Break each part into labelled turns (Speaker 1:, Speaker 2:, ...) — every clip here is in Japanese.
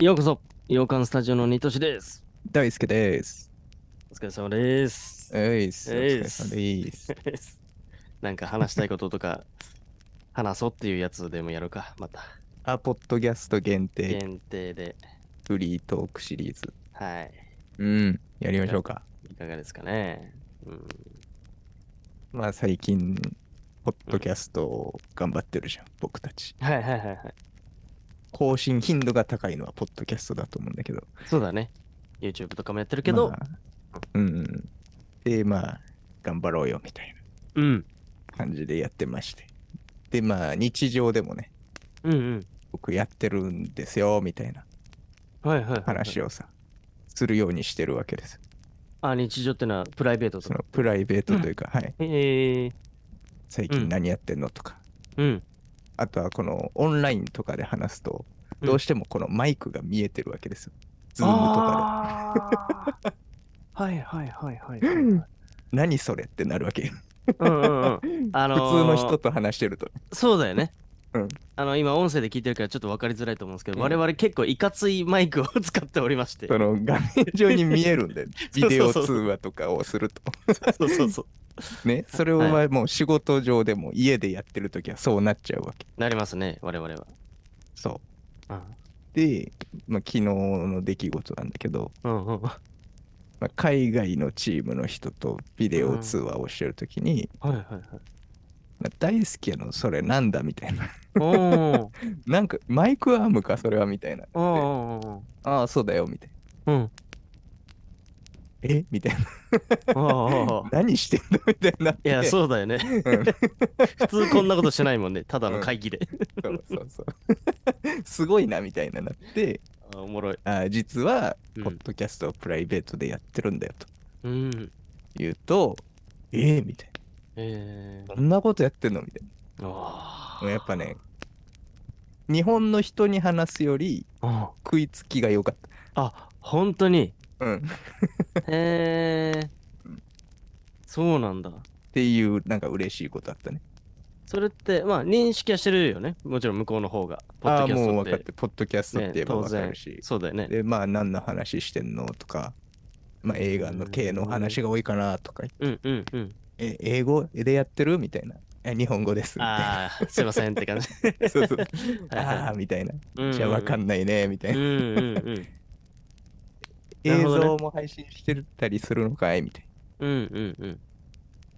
Speaker 1: ようこそ洋館スタジオのニトシです
Speaker 2: 大輔です。
Speaker 1: お疲れ様です
Speaker 2: えいっす。お
Speaker 1: えい
Speaker 2: 疲
Speaker 1: っ
Speaker 2: れ
Speaker 1: す
Speaker 2: 様です。
Speaker 1: なんか話したいことと か話そうっていうやつでもやるかまた
Speaker 2: あ、ポッドキャスト限定
Speaker 1: 限定で
Speaker 2: フリートークシリーズ。
Speaker 1: はい
Speaker 2: うん。やりましょうか。
Speaker 1: いかがですかねうん
Speaker 2: まあ最近、ポッドキャストを頑張ってるじゃん、僕たち。
Speaker 1: はいはいはいはい
Speaker 2: 更新頻度が高いのはポッドキャストだと思うんだけど。
Speaker 1: そうだね YouTube とかもやってるけど、
Speaker 2: まあうん。で、まあ、頑張ろうよみたい
Speaker 1: うん
Speaker 2: な感じでやってまして。で、まあ日常でもね、
Speaker 1: うんうん
Speaker 2: 僕やってるんですよ、みたいな
Speaker 1: はいはいはい、はい、
Speaker 2: 話をさ、するようにしてるわけです。
Speaker 1: あ日常ってのはプライベートと
Speaker 2: そ
Speaker 1: か
Speaker 2: のプライベートというか、はい。
Speaker 1: へえ
Speaker 2: 最
Speaker 1: うん
Speaker 2: 近何やってんのとか、
Speaker 1: うん
Speaker 2: あとはこのオンラインとかで話すと、
Speaker 1: うん
Speaker 2: どうしてもこのマイクが見えてるわけですよ。ズームとか
Speaker 1: あー はいはいはいはいはい、はい
Speaker 2: で。何それってなるわけ。
Speaker 1: うんうんうん あのー
Speaker 2: 普通の人と話してると。
Speaker 1: そうだよね。
Speaker 2: うん
Speaker 1: あの今音声で聞いてるからちょっと分かりづらいと思うんですけど、
Speaker 2: うん
Speaker 1: 我々結構いかついマイクを使っておりまして
Speaker 2: その画面上に見えるんで、 ビデオ
Speaker 1: そうそう
Speaker 2: 通
Speaker 1: そう
Speaker 2: 話とかをすると。
Speaker 1: そうそうそう
Speaker 2: ね、それ
Speaker 1: は
Speaker 2: はもう仕事上でも家でやってるときはそうなっちゃうわけ。
Speaker 1: なりますね我々は、
Speaker 2: そうう。で、まあ、昨日の出来事なんだけど、
Speaker 1: ん、うんうんは
Speaker 2: まあ、海外のチームの人とビデオ通話をしてるときに、
Speaker 1: いはいはい
Speaker 2: まあ大好きやのそれなんだみたいな。
Speaker 1: おー
Speaker 2: なんかマイクアームかそれはみたいな。
Speaker 1: おーおーお
Speaker 2: ああ、そうだよみたいな。
Speaker 1: ーうん
Speaker 2: えみたい
Speaker 1: おーおー。
Speaker 2: な 何してんだみたいになって。
Speaker 1: いやそうだよね
Speaker 2: うん
Speaker 1: 普通こんなことしないもんねただの会議で、
Speaker 2: そうそうそう。 すごいなみたいななって、
Speaker 1: あおもろい
Speaker 2: あー実は、
Speaker 1: うん
Speaker 2: ポッドキャストをプライベートでやってるんだよと
Speaker 1: うん
Speaker 2: 言うと、ええみたい
Speaker 1: え
Speaker 2: な。そんなことやってんのみたい
Speaker 1: ー、あ
Speaker 2: な。もうやっぱね、日本の人に話すより
Speaker 1: あ
Speaker 2: 食いつきが良かっ
Speaker 1: あ本当に
Speaker 2: た。うん。っ
Speaker 1: へえ
Speaker 2: うん
Speaker 1: そうなんだ
Speaker 2: ていう、なんか嬉しいことあったね。
Speaker 1: それって、まあ、認識はしてるよね。もちろん向こうの方が。ポッ
Speaker 2: あ
Speaker 1: ド
Speaker 2: あー、
Speaker 1: キャス
Speaker 2: も
Speaker 1: ト
Speaker 2: う
Speaker 1: っ
Speaker 2: 分かってて、ポッドキャストって言
Speaker 1: ね
Speaker 2: えば
Speaker 1: 当
Speaker 2: 分か
Speaker 1: 然
Speaker 2: るし。。
Speaker 1: そうだよね。
Speaker 2: で、まあ、何の話してんのとか、まあ、映画の系の話が多いかなとか、
Speaker 1: うんうんうん。
Speaker 2: え、英語でやってるみたいな。え、日本語です。みた
Speaker 1: ああ、すいませんって感じ。
Speaker 2: いな。そうそう。
Speaker 1: はいはい
Speaker 2: ああ、みたいな。
Speaker 1: うん
Speaker 2: じゃあ、わかんないね、みたい
Speaker 1: うん
Speaker 2: な。
Speaker 1: うんうん。な
Speaker 2: 映
Speaker 1: るほどね
Speaker 2: 像も配信してたりするのかいみたい
Speaker 1: うんうんうん。
Speaker 2: な。い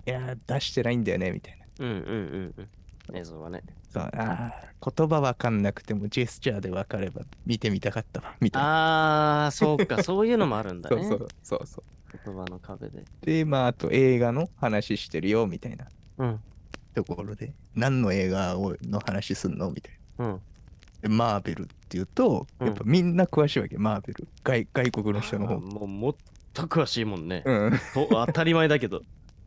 Speaker 2: やー、出してないんだよね、みたいな。
Speaker 1: うんうんうんうん。映像はね。
Speaker 2: そう、ああ、言葉わかんなくても、ジェスチャーでわかれば、見てみたかったわ、みたいな。
Speaker 1: ああ、そう か、そういうのもあるんだ
Speaker 2: そ
Speaker 1: ね。
Speaker 2: うそうそうそう。
Speaker 1: 言葉の壁で。
Speaker 2: で、まあ、あと映画の話してるよ、みたいな
Speaker 1: うん
Speaker 2: ところで、何の映画をの話すんのみたいな。
Speaker 1: うん。
Speaker 2: でマーベルっていうと、
Speaker 1: うん
Speaker 2: やっぱみんな詳しいわけ、マーベル。外外国の人の
Speaker 1: あー
Speaker 2: 方。
Speaker 1: もうもっと詳しいもんね。
Speaker 2: うん。
Speaker 1: と当たり前だけど。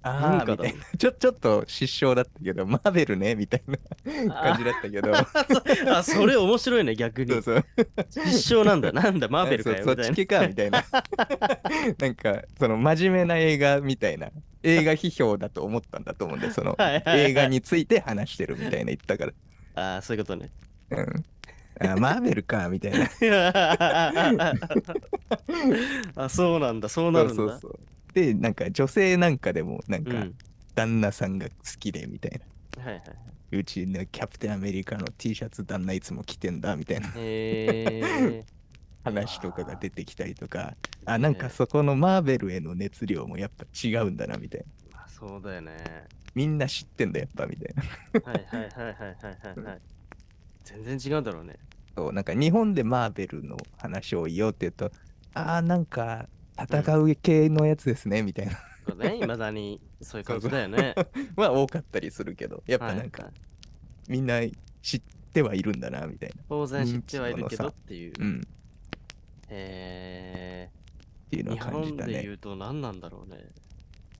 Speaker 2: あ
Speaker 1: 文化
Speaker 2: ー
Speaker 1: だ
Speaker 2: みたいな。ちょ、ちょっと失笑だったけど、マーベルね、みたいな
Speaker 1: あ
Speaker 2: 感じだった けど。
Speaker 1: ーあ、それ面白いね、逆
Speaker 2: そう
Speaker 1: に。
Speaker 2: そう。
Speaker 1: 実証なんだ。なんだ、マーベルかよ、
Speaker 2: そ
Speaker 1: み
Speaker 2: う
Speaker 1: た
Speaker 2: そっ
Speaker 1: い
Speaker 2: ち
Speaker 1: な。
Speaker 2: 系か、みたいな。 なんか、その真面目な映画みたいな。映画批評だと思ったんだと思うんで、その
Speaker 1: はいはいはい
Speaker 2: 映画について話してるみたいな言ったか
Speaker 1: ああ、そういうことね。
Speaker 2: ら。うん。あーマーベルか、みたい な。
Speaker 1: あそうなんだそうなるんだ
Speaker 2: そうそうそう。で、なんか女性なんかでも、なん
Speaker 1: う
Speaker 2: か
Speaker 1: ん
Speaker 2: 旦那さんが好きで、みたいな。
Speaker 1: はいはいう
Speaker 2: ちのキャプテンアメリカの T シャツ旦那いつも着てんだみたいな
Speaker 1: へ え
Speaker 2: 話とかが出てきたりとか
Speaker 1: あー
Speaker 2: あなんかそこのマーベルへの熱量もやっぱ違うんだなみたいな
Speaker 1: まあそうだよね
Speaker 2: みんな知ってんだやっぱみたいな
Speaker 1: はいはいはいはいはいはいはい全然違うだろうね
Speaker 2: そうなんか日本でマーベルの話を言おうって言うとあーなんか戦う系のやつですねみたいな
Speaker 1: これねいまだにそういう感じだよね
Speaker 2: は多かったりするけど やっぱ
Speaker 1: はい
Speaker 2: なんかみんな知ってはいるんだなみたいな
Speaker 1: 当然知ってはいるけどっていう
Speaker 2: うんっ
Speaker 1: へ
Speaker 2: てい
Speaker 1: え
Speaker 2: うのは
Speaker 1: 日
Speaker 2: 感じ
Speaker 1: 本
Speaker 2: た
Speaker 1: で
Speaker 2: ね
Speaker 1: 言うと何なんだろうね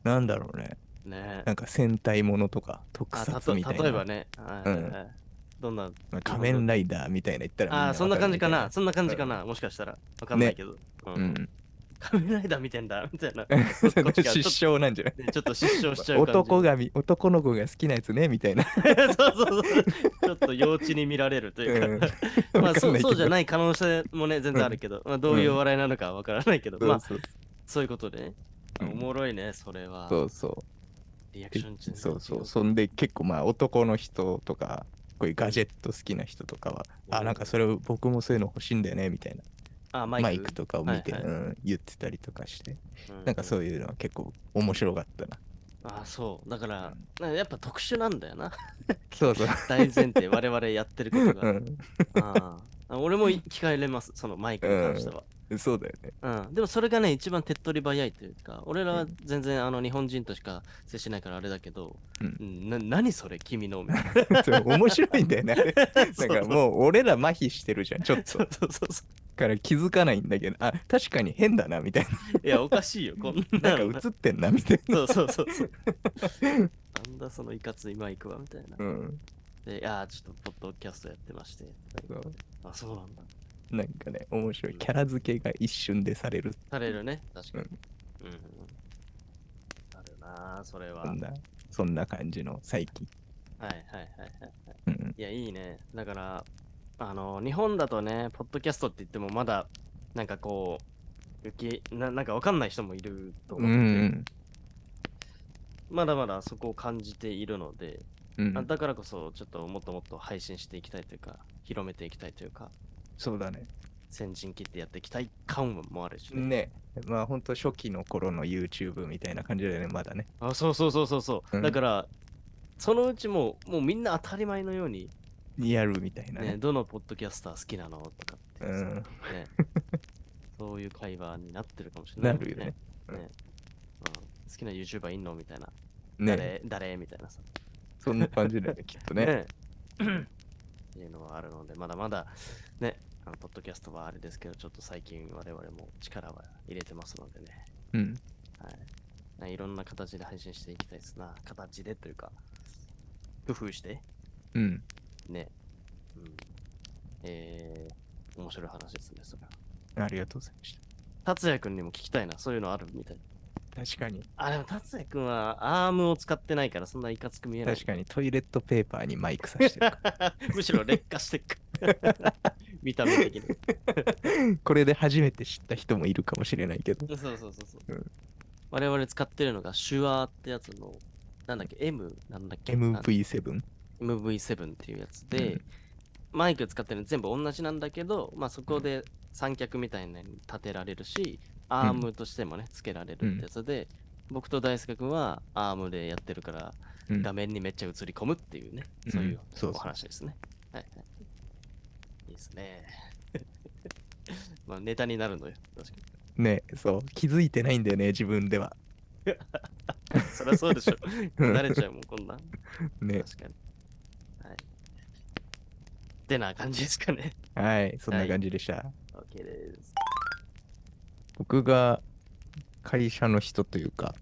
Speaker 2: なんだろうね
Speaker 1: ね
Speaker 2: なんか戦隊ものとか特
Speaker 1: あた
Speaker 2: 撮
Speaker 1: と
Speaker 2: みたいな
Speaker 1: 例えばねはいはいはいどんな
Speaker 2: まあ仮面ライダーみたいな言ったらみ
Speaker 1: ああーそんな感じかな
Speaker 2: わる
Speaker 1: そんな感じかなもしかしたらわかんないけどう
Speaker 2: みたいなうん
Speaker 1: 仮面ライダー見てんだみたいな。こっちがちょっと
Speaker 2: 失笑なんじゃない
Speaker 1: ねちょっと失笑しちゃう感じ。
Speaker 2: 男神男の子が好きなやつねみたいな。
Speaker 1: そうそうそう。ちょっと幼稚に見られるというか。 まあそうそうじゃ
Speaker 2: い
Speaker 1: ない可能性もね全然あるけど、まあ、どういうお笑いなのかはわからないけど、
Speaker 2: けど。
Speaker 1: まあ
Speaker 2: そう
Speaker 1: そういうことでね、
Speaker 2: うん
Speaker 1: おもろいねそれは
Speaker 2: そうそう
Speaker 1: リアクション中の
Speaker 2: そうそう。そんで結構まあ男の人とかこういうガジェット好きな人とかは、
Speaker 1: うん
Speaker 2: あなんかそれ僕もそういうの欲しいんだよねみたいな
Speaker 1: あマ
Speaker 2: マ
Speaker 1: イ
Speaker 2: イ
Speaker 1: ク
Speaker 2: クとかを見て、
Speaker 1: はいは
Speaker 2: うん、言ってたりとかして、
Speaker 1: う
Speaker 2: なんかそういうのは結構面白かったな。
Speaker 1: あそうだからなんかやっぱ特殊なんだよな
Speaker 2: そうそう。
Speaker 1: 大前提我々やってること
Speaker 2: う
Speaker 1: が、
Speaker 2: ん
Speaker 1: ああ俺も聞かれますそのマイクに関しては、
Speaker 2: そうだよね。
Speaker 1: うんでもそれがね一番手っ取り早いというか俺ら
Speaker 2: う
Speaker 1: は
Speaker 2: ん
Speaker 1: 全然あの日本人としか接しないからあれだけど、
Speaker 2: うん
Speaker 1: うん、な何それ君のみたい な
Speaker 2: そう面白いんだよね。あれ だからもう俺ら麻痺してるじゃん。ちょっ と。
Speaker 1: そう
Speaker 2: だ
Speaker 1: そうそうそ
Speaker 2: から気づかないんだけど、あ、確かに変だなみたいう
Speaker 1: いやおかしいよこん
Speaker 2: な。
Speaker 1: な
Speaker 2: なん
Speaker 1: の
Speaker 2: か映ってんなみたいな。
Speaker 1: そうそうそう そう。なんだそのいかついマイクはみたいな。
Speaker 2: うん。
Speaker 1: で、いやー、ちょっとポッドキャストやってまして。
Speaker 2: そう
Speaker 1: あ、そうなんだ。
Speaker 2: なんかね、面白い。キャラ付けが一瞬でされる。
Speaker 1: されるね、確かに。うん。あるなー、それは。
Speaker 2: そ
Speaker 1: はい
Speaker 2: んな、そんな感じの最近。
Speaker 1: はいはいはい。
Speaker 2: うん。
Speaker 1: いや、いいね。だから、あのー、日本だとね、ポッドキャストって言ってもまだ、なんかこう、受けななんかわかんない人もいると
Speaker 2: う
Speaker 1: 思
Speaker 2: ん
Speaker 1: う
Speaker 2: うん
Speaker 1: で、
Speaker 2: ん。
Speaker 1: まだまだそこを感じているので、
Speaker 2: うん
Speaker 1: あだからこそちょっともっともっと配信していきたいというか広めていきたいというか
Speaker 2: そうだね。
Speaker 1: 先陣切ってやっていきたい感もあるしね。
Speaker 2: ね。まあ本当初期の頃の YouTube みたいな感じだよね、まだね。
Speaker 1: あそうそうそうそうそう。
Speaker 2: うん
Speaker 1: だから、そのうちもうもうみんな当たり前のように、
Speaker 2: やるみたいな
Speaker 1: ね、
Speaker 2: ね。
Speaker 1: どのポッドキャスター好きなのとかっていううさ、
Speaker 2: ん。
Speaker 1: ね、そういう会話になってるかもしれな、
Speaker 2: ないるよね。うん
Speaker 1: ねうん好きな YouTuber いんのみたいな。
Speaker 2: ね。
Speaker 1: 誰誰みたいなさ。
Speaker 2: そんな感じだよね、きっとね。
Speaker 1: っていうのはあるので、まだまだ、ね、あのポッドキャストはあれですけど、ちょっと最近我々も力は入れてますのでね。
Speaker 2: うん。
Speaker 1: はい。いろんな形で配信していきたいですな。形でというか、工夫して、
Speaker 2: うん。
Speaker 1: ね。うん。えー、面白い話ですね、それは。
Speaker 2: ありがとうございました。
Speaker 1: 達也くんにも聞きたいな、そういうのあるみたい。
Speaker 2: 確かに、
Speaker 1: あ、でも達也くんはアームを使ってないから、そんないかつく見えない。
Speaker 2: 確かにトイレットペーパーにマイクさしてるか
Speaker 1: むしろ劣化してっ か。見た目的に。
Speaker 2: ら。これで初めて知った人もいるかもしれないけど。
Speaker 1: そうそうそうそう。
Speaker 2: うん
Speaker 1: 我々使ってるのが手話ってやつの、なんだっけ、M なんだっけ。なん
Speaker 2: MV7。
Speaker 1: MV7 っていうやつ
Speaker 2: う
Speaker 1: で
Speaker 2: ん、
Speaker 1: マイク使ってるの全部同じなんだけど、まあ、そこで三脚みたいなのに立てられるし、アームとしてもね、つけられるってやつで、僕と大輔君はアームでやってるから、
Speaker 2: うん
Speaker 1: 画面にめっちゃ映り込むっていうね、
Speaker 2: うん
Speaker 1: そういう
Speaker 2: そうそう
Speaker 1: お話ですね。はいはい。いいですね。 まあネタになるのよ。確か
Speaker 2: ねそう、気づいてないんだよね、自分では。
Speaker 1: に。そりゃそうでし ょ。慣れちゃうもん、こんなん。
Speaker 2: ね、
Speaker 1: 確かに。はい。ってな感じですかね。
Speaker 2: はい、そんな感じでした。
Speaker 1: OK です。
Speaker 2: 僕が会社の人というか、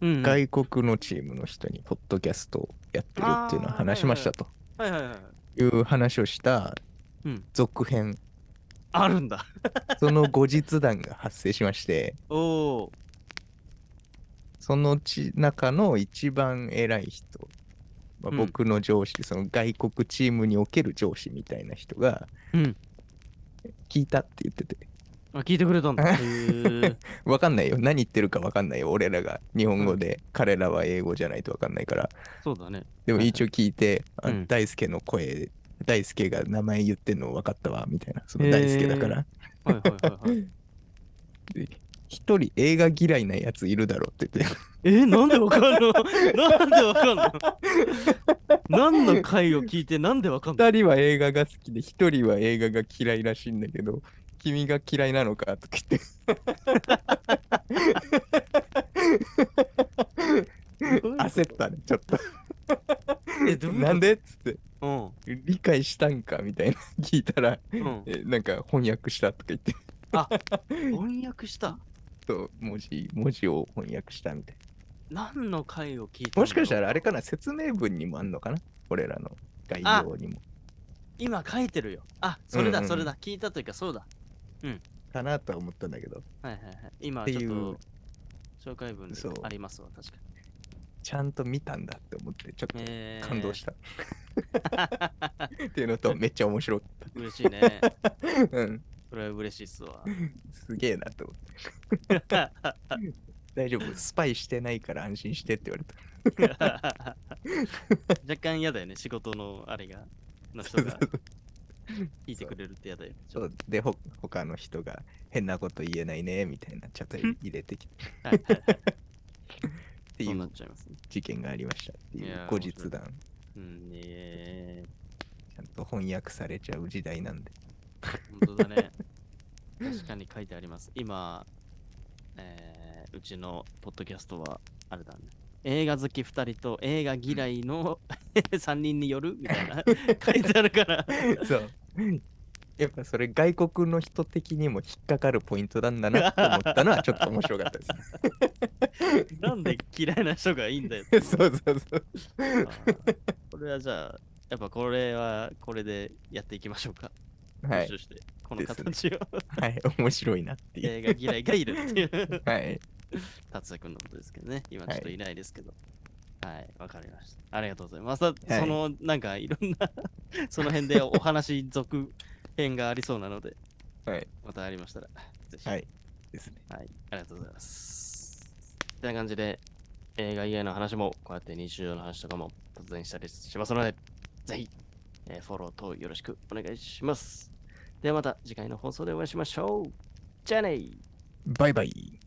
Speaker 1: うんはい
Speaker 2: 外国のチームの人にポッドキャストをやってるっていうのを話しましたと
Speaker 1: はいはい。
Speaker 2: いう話をした
Speaker 1: うん
Speaker 2: 続編、
Speaker 1: あるんだ。
Speaker 2: その後日談が発生しまして、
Speaker 1: おお。
Speaker 2: そのち中の一番偉い人、まあ、
Speaker 1: うん
Speaker 2: 僕の上司、その外国チームにおける上司みたいな人が
Speaker 1: うん。
Speaker 2: 聞いたって言ってて、
Speaker 1: あ、聞いてくれたん だ。へー
Speaker 2: わかんないよ。何言ってるかわかんないよ。俺らが日本語で、彼らは英語じゃないとわかんないから。
Speaker 1: そうだね。
Speaker 2: でも
Speaker 1: はいはい
Speaker 2: 一応聞いて、あ
Speaker 1: うん
Speaker 2: 大輔の声、大輔が名前言ってんの分かったわ、みたいな。その大輔だから。
Speaker 1: はいはいはいはい。
Speaker 2: で一人映画嫌いなやついるだろって言って、
Speaker 1: えー、なんでわかんの なんでわかん の何の回を聞いてなんでわかんの
Speaker 2: 二人は映画が好きで、一人は映画が嫌いらしいんだけど、君が嫌いなのかとか言って、焦ったね、ちょっと。
Speaker 1: え、どういうこと
Speaker 2: なんでっつって、
Speaker 1: うん。
Speaker 2: 理解したんかみたいな聞いたら、
Speaker 1: うん。
Speaker 2: えなんか翻訳したとか言って、
Speaker 1: 翻訳した。
Speaker 2: そう文字、文字を翻訳したみたいな。
Speaker 1: 何の回を聞いた
Speaker 2: もしかしたらあれか
Speaker 1: な
Speaker 2: な、説明文にもあんのかな俺らの概要にも。
Speaker 1: 今書いてるよ。あ、それだ、
Speaker 2: うんうん
Speaker 1: それだ。聞いたというか、そうだ。
Speaker 2: かなとは思ったんだけど、
Speaker 1: はいはいはい。今
Speaker 2: ってい
Speaker 1: ち
Speaker 2: う
Speaker 1: ょっと紹介文で
Speaker 2: そう
Speaker 1: ありますわ、確かに。
Speaker 2: ちゃんと見たんだって思って、ちょっ
Speaker 1: え
Speaker 2: と
Speaker 1: ー
Speaker 2: 感動した。 っていうのと、めっちゃ面白い。
Speaker 1: 嬉しい ね。
Speaker 2: うん、
Speaker 1: それは嬉しいっす わ。
Speaker 2: すげえなと思って。 大丈夫、スパイしてないから安心してって言われた。
Speaker 1: 若干嫌だよね、仕事のあれが、の人が聞いてくれるって嫌だよね。ち
Speaker 2: そ
Speaker 1: ょっ
Speaker 2: うで、ほ他の人が変なこと言えないねみたいなチャットに入れてきて
Speaker 1: とはいはいはい
Speaker 2: って
Speaker 1: そ
Speaker 2: いう
Speaker 1: なっ
Speaker 2: う
Speaker 1: ちゃいますね。
Speaker 2: 事件がありましたってい
Speaker 1: いうやー
Speaker 2: 後日談、
Speaker 1: うんねえ、
Speaker 2: ちゃんと翻訳されちゃう時代なんで。
Speaker 1: 本当だ ね。確かに書いてあります。今、えーうちのポッドキャストは、あれだね。映画好き2人と映画嫌いの3人によるみたい な書いてあるから。
Speaker 2: そう。やっぱそれ外国の人的にも引っかかるポイントなんだなと思ったのはちょっと面白かったで
Speaker 1: なんで嫌いな人がいいんだよ。
Speaker 2: す。 そうそうそう。
Speaker 1: あーこれはじゃあ、やっぱこれはこれでやっていきましょうか。
Speaker 2: は
Speaker 1: 募
Speaker 2: い
Speaker 1: 集。して、この
Speaker 2: ですね
Speaker 1: 形を、
Speaker 2: はい。面白いなっていう。
Speaker 1: 映画嫌いがいるっていう、
Speaker 2: はい。
Speaker 1: 達也君のことですけどね、今ちょっと
Speaker 2: はい
Speaker 1: いないですけど。はい、わ、かりました。ありがとうございます。また、
Speaker 2: はい
Speaker 1: その、なんかいろんな、 その辺でお話続編がありそうなので、
Speaker 2: はい。
Speaker 1: またありましたら、ぜひ、
Speaker 2: は
Speaker 1: はい、
Speaker 2: い。ですね。
Speaker 1: ありがとうございます。ってな感じで、映画以外の話も、こうやって日常の話とかも突然したりしますので、ぜひ、えーフォロー等よろしくお願いします。ではまた次回の放送でお会いしましょう。じゃあねー
Speaker 2: バイバイ。